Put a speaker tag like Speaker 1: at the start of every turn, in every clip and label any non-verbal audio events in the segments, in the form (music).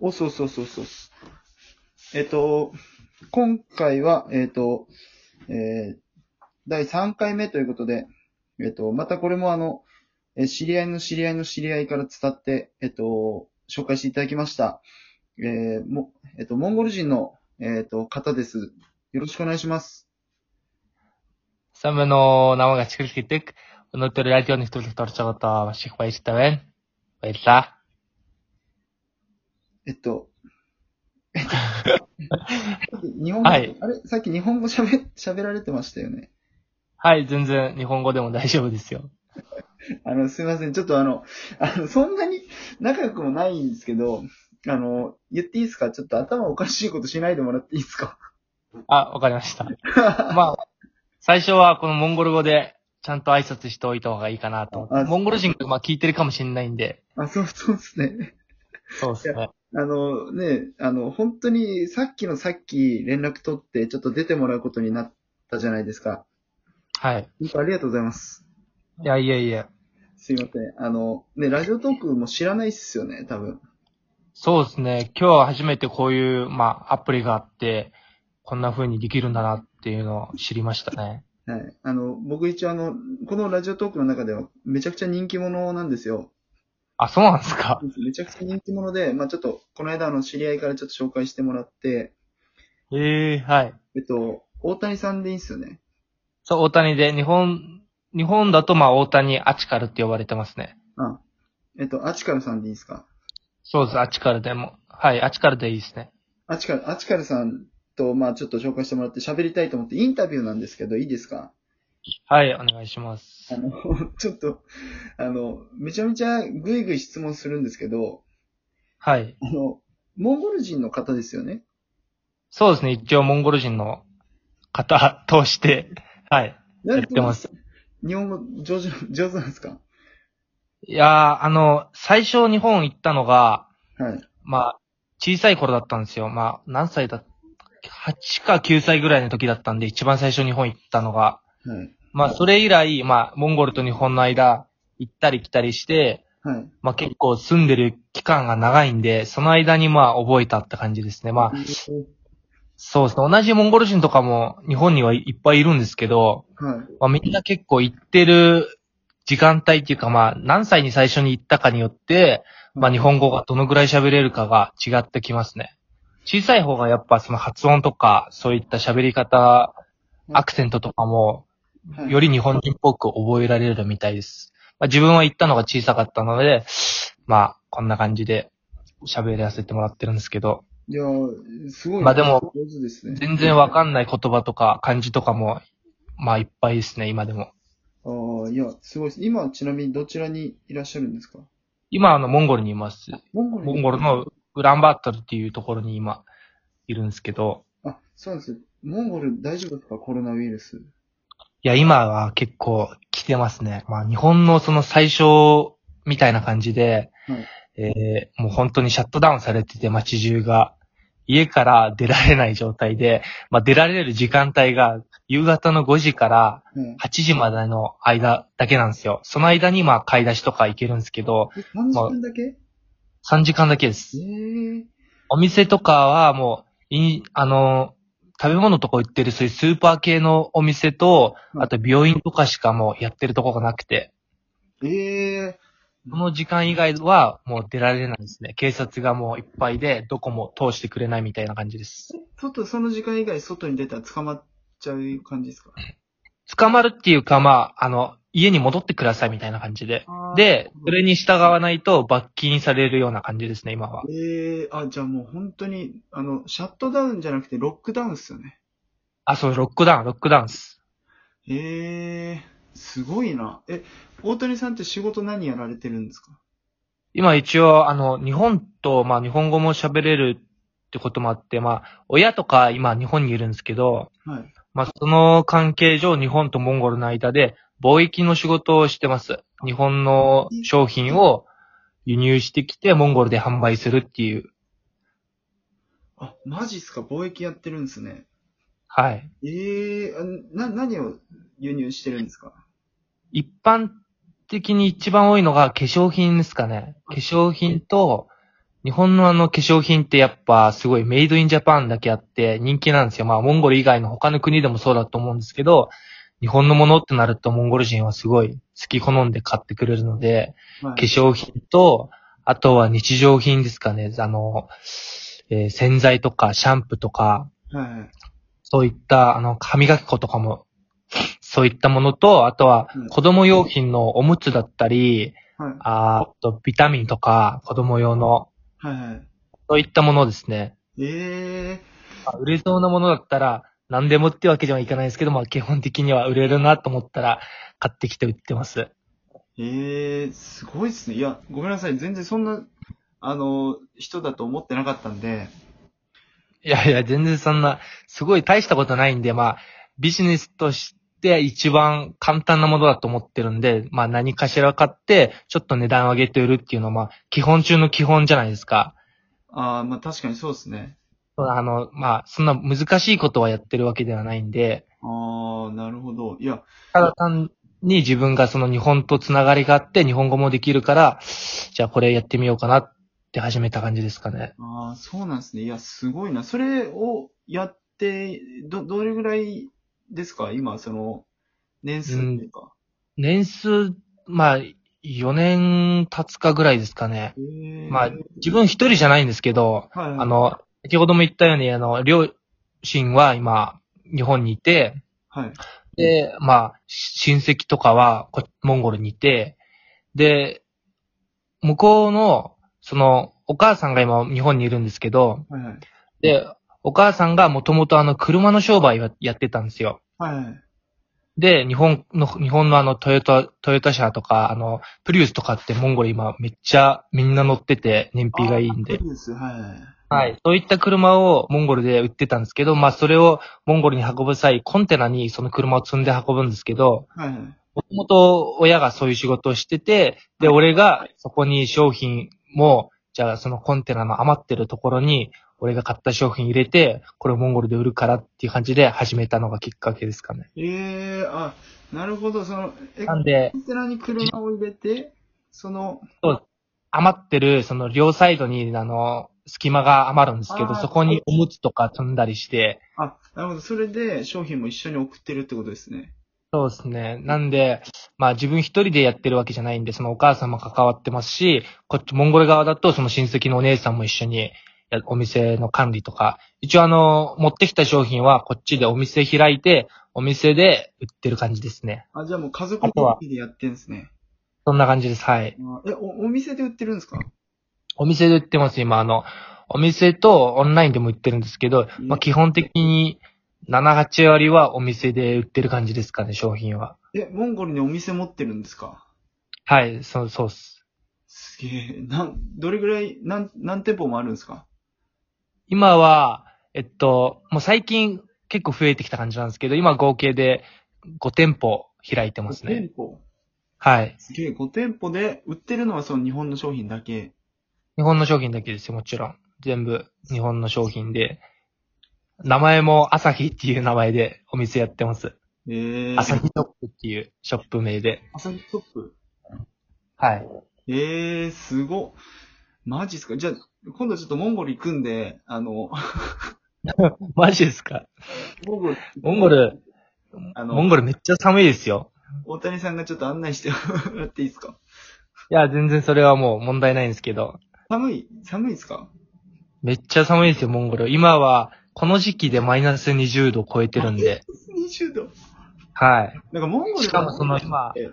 Speaker 1: お、そうそうそうそう。えっと、今回は、えっと、えー第3回目ということで、えっと、またこれもあの、えー知り合いの知り合いの知り合いから伝って、えっと、紹介していただきました。えーも、えっと、モンゴル人の、えっと、方です。よろしくお願いします。
Speaker 2: サムの生がチクリキティック、おのとラジオに一人とるちょこと、ましくばいしたべん。ばいさ。
Speaker 1: えっと、
Speaker 2: (laughs)
Speaker 1: 日本語、
Speaker 2: はい
Speaker 1: あれさっき日本語喋、喋られてましたよね。
Speaker 2: はい、全然日本語でも大丈夫ですよ。
Speaker 1: あの、すいません。ちょっとあの、 (laughs) あの、そんなに仲良くもないんですけど、あの、言っていいですかちょっと頭おかしいことしないでもらっていいですか (laughs)
Speaker 2: あ、わかりました。まあ、最初はこのモンゴル語で、ちゃんと挨拶しておいた方がいいかなと思っ
Speaker 1: あ
Speaker 2: て。モンゴル人がまあ聞いてるかもしれないんで、
Speaker 1: あ、そう、そうですね。
Speaker 2: そうですね。
Speaker 1: あの、ね、あの、本当にさっきのさっき連絡取って、ちょっと出てもらうことになったじゃないですか。
Speaker 2: はい。
Speaker 1: 本当ありがとうございます。
Speaker 2: いやいやいや。
Speaker 1: すいません。あの、ね、ラジオトークも知らないっすよね、多分。
Speaker 2: そうですね。今日は初めてこういう、まあ、アプリがあって、こんな風にできるんだなっていうのを知りましたね。
Speaker 1: はい。あの、僕一応あの、このラジオトークの中ではめちゃくちゃ人気者なんですよ。
Speaker 2: あ、そうなんですか。
Speaker 1: めちゃくちゃ人気者で、まあちょっと、この間あの、知り合いからちょっと紹介してもらって、
Speaker 2: ええはい。
Speaker 1: えっと、大谷さんでいいんすよね。
Speaker 2: そう、大谷で、日本、日本だとまあ大谷アチカルって呼ばれてますね。
Speaker 1: あ、えっと、アチカルさんでいいですか
Speaker 2: そうです、アチカルでも。はい、アチカルでいいですね。
Speaker 1: アチカル、アチカルさんと、まあちょっと紹介してもらって喋りたいと思って、インタビューなんですけど、いいですか
Speaker 2: はい、お願いします
Speaker 1: あ。の、 (laughs) ちょっと、あの、めちゃめちゃぐいぐい質問するんですけど、
Speaker 2: はい。
Speaker 1: あの、モンゴル人の方ですよね。
Speaker 2: そうですね、一応モンゴル人の方通して、はい、
Speaker 1: な
Speaker 2: や
Speaker 1: ん
Speaker 2: っ
Speaker 1: で
Speaker 2: てます。
Speaker 1: 日本語上手、上手なんですか
Speaker 2: いやー、あの、最初日本行ったのが、
Speaker 1: はい。
Speaker 2: まあ、小さい頃だったんですよ。まあ、何歳だっ8か9歳ぐらいの時だったんで、一番最初日本行ったのが。
Speaker 1: はい。
Speaker 2: まあ、それ以来、まあ、モンゴルと日本の間、行ったり来たりして、
Speaker 1: はい。
Speaker 2: まあ結構住んでる期間が長いんで、その間にまあ覚えたって感じですね。まあ、そうですね。同じモンゴル人とかも日本にはいっぱいいるんですけど、
Speaker 1: はい。
Speaker 2: まあみんな結構行ってる時間帯っていうかまあ何歳に最初に行ったかによって、まあ日本語がどのぐらい喋れるかが違ってきますね。小さい方がやっぱその発音とか、そういった喋り方、アクセントとかも、
Speaker 1: はい
Speaker 2: より日本人っぽく覚えられるみたいです。まあ、自分は行ったのが小さかったので、まあ、こんな感じで喋らせてもらってるんですけど、
Speaker 1: いやー、すごい。
Speaker 2: まあでも、
Speaker 1: 上手ですね。
Speaker 2: 全然わかんない言葉とか漢字とかも、まあいっぱいですね、今でも。
Speaker 1: ああ、いや、すごいです。今、ちなみにどちらにいらっしゃるんですか
Speaker 2: 今、あの、モンゴルにいます。
Speaker 1: モンゴルに
Speaker 2: モンゴル。のウランバートルっていうところに今、いるんですけど、
Speaker 1: あ、そうなんです。モンゴル大丈夫ですかコロナウイルス。
Speaker 2: いや、今は結構来てますね。まあ、日本のその最初みたいな感じで、
Speaker 1: はい
Speaker 2: えーもう本当にシャットダウンされてて、街中が。家から出られない状態で、まあ、出られる時間帯が夕方の5時から
Speaker 1: はい。
Speaker 2: 8時までの間だけなんですよ。その間にまあ買い出しとか行けるんですけど、
Speaker 1: え、何時間だけ、
Speaker 2: 3時間だけで
Speaker 1: え
Speaker 2: す。
Speaker 1: え
Speaker 2: お店とかはもう、いあの、食べ物とか売ってるそういうスーパー系のお店と、
Speaker 1: はい
Speaker 2: あと病院とかしかもうやってるとこがなくて、
Speaker 1: ええ
Speaker 2: この時間以外はもう出られないですね。警察がもういっぱいで、どこも通してくれないみたいな感じです。
Speaker 1: 外、その時間以外外に出たら捕まっちゃう感じですか
Speaker 2: 捕まるっていうか、まあ、あの、家に戻ってくださいみたいな感じで。で、それに従わないと罰金されるような感じですね、今は。
Speaker 1: ええあ、じゃあもう本当に、あの、シャットダウンじゃなくてロックダウンっすよね。
Speaker 2: あ、そう、ロックダウン、ロックダウンっす。
Speaker 1: ええすごいな。え、大谷さんって仕事何やられてるんですか
Speaker 2: 今一応、あの、日本と、まあ、日本語も喋れるってこともあって、まあ、親とか今日本にいるんですけど、
Speaker 1: はい。
Speaker 2: まあ、その関係上、日本とモンゴルの間で貿易の仕事をしてます。日本の商品を輸入してきて、モンゴルで販売するっていう。
Speaker 1: あ、マジっすか貿易やってるんですね。
Speaker 2: はい。
Speaker 1: ええな、何を輸入してるんですか
Speaker 2: 一般的に一番多いのが化粧品ですかね。化粧品と日本のあの化粧品ってやっぱすごいメイドインジャパンだけあって人気なんですよ。まあモンゴル以外の他の国でもそうだと思うんですけど、日本のものってなるとモンゴル人はすごい好き好んで買ってくれるので、
Speaker 1: は
Speaker 2: 化粧品と、あとは日常品ですかね。あの、えー洗剤とかシャンプーとか、
Speaker 1: い。はいはい。
Speaker 2: そういった、あの、歯磨き粉とかも、そういったものと、あとは
Speaker 1: うん
Speaker 2: 子供用品のおむつだったり、
Speaker 1: はい。
Speaker 2: あーあとビタミンとか子供用の、
Speaker 1: はいはい。
Speaker 2: そういったものですね。
Speaker 1: ええ
Speaker 2: まあ売れそうなものだったら、何でもってわけではいかないですけど、まあ基本的には売れるなと思ったら、買ってきて売ってます。
Speaker 1: ええすごいですね。いや、ごめんなさい。全然そんな、あの、人だと思ってなかったんで。
Speaker 2: いやいや、全然そんな、すごい大したことないんで、まあ、ビジネスとして一番簡単なものだと思ってるんで、まあ何かしら買って、ちょっと値段を上げて売るっていうのは、まあ、基本中の基本じゃないですか。
Speaker 1: ああ、まあ確かにそうですね。
Speaker 2: あの、まあ、そんな難しいことはやってるわけではないんで、
Speaker 1: ああ、なるほど。いや、
Speaker 2: ただ単に自分がその日本とつながりがあって、日本語もできるから、じゃあこれやってみようかなって始めた感じですかね。
Speaker 1: ああ、そうなんですね。いや、すごいな。それをやって、ど、どれぐらいですか今、その、年数っていうか。
Speaker 2: 年数、まあ、4年経つかぐらいですかね。
Speaker 1: ええ
Speaker 2: まあ、自分一人じゃないんですけど、
Speaker 1: はいはい、
Speaker 2: あ、の、先ほども言ったように、あの、両親は今、日本にいて、
Speaker 1: はい。
Speaker 2: で、まあ、親戚とかはこ、モンゴルにいて、で、向こうの、その、お母さんが今、日本にいるんですけど、
Speaker 1: はいはい。
Speaker 2: で、お母さんがもともとあの、車の商売をやってたんですよ。
Speaker 1: はいはい。
Speaker 2: で、日本の、日本のあの、トヨタ、トヨタ車とか、あの、プリウスとかってモンゴル今めっちゃみんな乗ってて燃費がいいん
Speaker 1: あ
Speaker 2: で
Speaker 1: ー。そうです。はいはい。
Speaker 2: はい。そういった車をモンゴルで売ってたんですけど、まあそれをモンゴルに運ぶ際、コンテナにその車を積んで運ぶんですけど、
Speaker 1: はいはい。
Speaker 2: もともと親がそういう仕事をしてて、で、俺がそこに商品も、じゃあそのコンテナの余ってるところに、俺が買った商品入れて、これをモンゴルで売るからっていう感じで始めたのがきっかけですかね。
Speaker 1: ええあ、なるほど。その、え、
Speaker 2: なんで、
Speaker 1: コンテナに車を入れて、その、
Speaker 2: 余ってる、その両サイドに、あの、隙間が余るんですけ
Speaker 1: あ
Speaker 2: ど、
Speaker 1: ー
Speaker 2: そこにおむつとか積んだりして、
Speaker 1: あ、なるほど。それで商品も一緒に送ってるってことですね。
Speaker 2: そうですね。なんで、まあ自分一人でやってるわけじゃないんで、そのお母さんも関わってますし、こっち、モンゴル側だとその親戚のお姉さんも一緒に、やお店の管理とか、一応あの、持ってきた商品はこっちでお店開いて、お店で売ってる感じですね。
Speaker 1: あ、じゃあもう家族
Speaker 2: あとは
Speaker 1: でやってんですね。
Speaker 2: そんな感じです。はい。
Speaker 1: あえ、お、お店で売ってるんですか
Speaker 2: お店で売ってます、今あの、お店とオンラインでも売ってるんですけど、まあ基本的に7、8割はお店で売ってる感じですかね、商品は。
Speaker 1: え、モンゴルにお店持ってるんですか
Speaker 2: はい、そう、そうっす。
Speaker 1: すげえ。なん、どれぐらい、なん、何店舗もあるんですか
Speaker 2: 今は、えっと、もう最近結構増えてきた感じなんですけど、今合計で5店舗開いてますね。
Speaker 1: 店舗。
Speaker 2: はい。
Speaker 1: すげえ、5店舗で売ってるのはその日本の商品だけ。
Speaker 2: 日本の商品だけですよ、もちろん。全部日本の商品で。名前も朝日っていう名前でお店やってます。
Speaker 1: ええ
Speaker 2: 朝日ショップっていうショップ名で。
Speaker 1: 朝日トップ。
Speaker 2: はい。
Speaker 1: ええすご。マジっすかじゃあ、今度ちょっとモンゴル行くんで、あの、
Speaker 2: マジですか
Speaker 1: モンゴル、
Speaker 2: モンゴル、
Speaker 1: あの
Speaker 2: モンゴルめっちゃ寒いですよ。
Speaker 1: 大谷さんがちょっと案内してもらっていいですか
Speaker 2: いや、全然それはもう問題ないんですけど。
Speaker 1: 寒い寒いですか
Speaker 2: めっちゃ寒いですよ、モンゴル。今は、この時期でマイナス20度超えてるん (laughs) で。
Speaker 1: ?20 度。
Speaker 2: はい。
Speaker 1: なんかモンゴル
Speaker 2: しかもその今
Speaker 1: ええ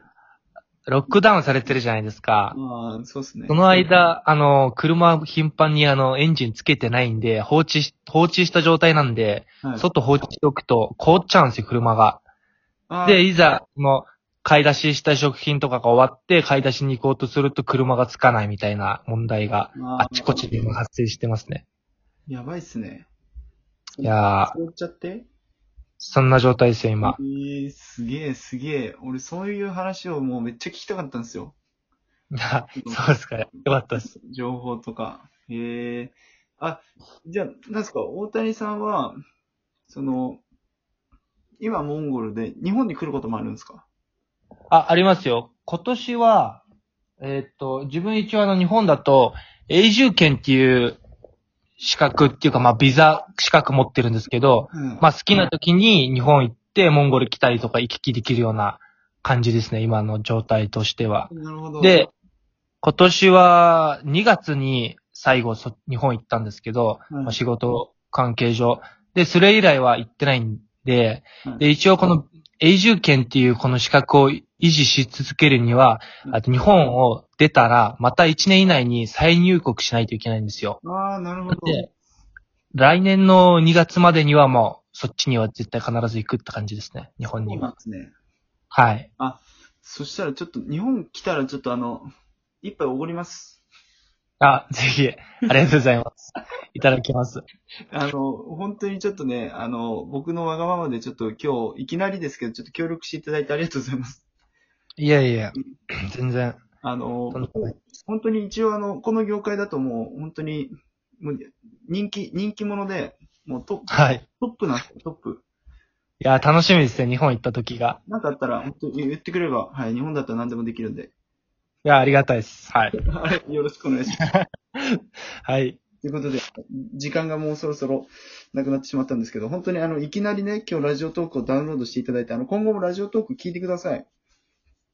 Speaker 2: ロックダウンされてるじゃないですか。
Speaker 1: ああ、そうっすね。
Speaker 2: その間、あの、車を頻繁にあの、エンジンつけてないんで、放置し、放置した状態なんで、
Speaker 1: はい、
Speaker 2: 外放置しておくと凍っちゃうんですよ、車が。
Speaker 1: あー
Speaker 2: で、いざ、その、買い出しした食品とかが終わって、買い出しに行こうとすると車がつかないみたいな問題が、あ
Speaker 1: あ
Speaker 2: っちこっちで今発生してますね。
Speaker 1: ーやばいっすね。
Speaker 2: いやー、
Speaker 1: 凍っちゃって
Speaker 2: そんな状態ですよ、今。
Speaker 1: えー、すげえすげえ。俺そういう話をもうめっちゃ聞きたかったんですよ。
Speaker 2: そうですか。よかったです。
Speaker 1: 情報とか。へえあ、じゃあ、なんすか、大谷さんは、その、今モンゴルで日本に来ることもあるんですか
Speaker 2: あ、ありますよ。今年は、えーっと、自分一応あの日本だと、永住権っていう資格っていうか、まあ、ビザ資格持ってるんですけど、
Speaker 1: うん
Speaker 2: まあ、好きな時に日本行って、モンゴル来たりとか行き来できるような感じですね、今の状態としては。
Speaker 1: なるほど。
Speaker 2: で、今年は2月に最後そ日本行ったんですけど、
Speaker 1: うん
Speaker 2: まあ仕事関係上。で、それ以来は行ってないんで、
Speaker 1: うん
Speaker 2: で、一応この永住権っていうこの資格を維持し続けるには
Speaker 1: う、ん
Speaker 2: あと日本を出たらまた1年以内に再入国しないといけないんですよ。
Speaker 1: ああ、なるほど。
Speaker 2: で、来年の2月までにはもうそっちには絶対必ず行くって感じですね、日本
Speaker 1: そう
Speaker 2: に
Speaker 1: なん
Speaker 2: は。
Speaker 1: ですね。
Speaker 2: はい。
Speaker 1: そしたらちょっと、日本来たらちょっとあの、一杯おごります。
Speaker 2: あ、ぜひ、ありがとうございます。 (laughs) いただきます。
Speaker 1: あの、本当にちょっとね、あの、僕のわがままでちょっと今日、いきなりですけど、ちょっと協力していただいてありがとうございます。
Speaker 2: いやいや、全然。
Speaker 1: あの、
Speaker 2: とんでもない
Speaker 1: 本当に一応あの、この業界だともう、本当に、もう人気、人気者で、もうトップ
Speaker 2: はい。い
Speaker 1: トップなんですよ、トップ。
Speaker 2: や、楽しみですね、日本行った時が。
Speaker 1: なんかあったら、本当に言ってくれれば、はい、日本だったら何でもできるんで。
Speaker 2: いや、ありがたいです。はい。
Speaker 1: はい、よろしくお願いします。
Speaker 2: はい。
Speaker 1: ということで、時間がもうそろそろなくなってしまったんですけど、本当にあの、いきなりね、今日ラジオトークをダウンロードしていただいて、あの、今後もラジオトーク聞いてください。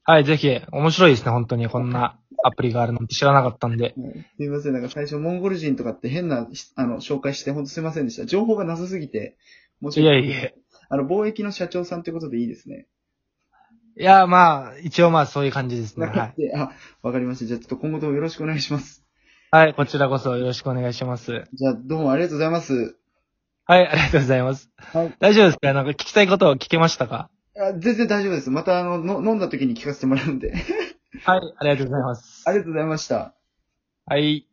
Speaker 2: はい、ぜひ、面白いですね、本当に。こんなアプリがあるなんて知らなかったんで。
Speaker 1: すいません、なんか最初モンゴル人とかって変な、あの、紹介して、本当すいませんでした。情報がなさすぎて、も
Speaker 2: いやいや。い
Speaker 1: あの、貿易の社長さんということでいいですね。
Speaker 2: や、まあ、一応まあ、そういう感じですね。
Speaker 1: な
Speaker 2: は
Speaker 1: ので、あ、わかりました。じゃあちょっと今後ともよろしくお願いします。
Speaker 2: い。はい、こちらこそよろしくお願いします。
Speaker 1: じゃあ、どうもありがとうございます。
Speaker 2: はい、ありがとうございます。
Speaker 1: はい。
Speaker 2: 大丈夫ですかなんか聞きたいことを聞けましたか
Speaker 1: あ全然大丈夫です。また、あのの、飲んだ時に聞かせてもらうんで。
Speaker 2: はい、ありがとうございます。
Speaker 1: ありがとうございました。
Speaker 2: はい。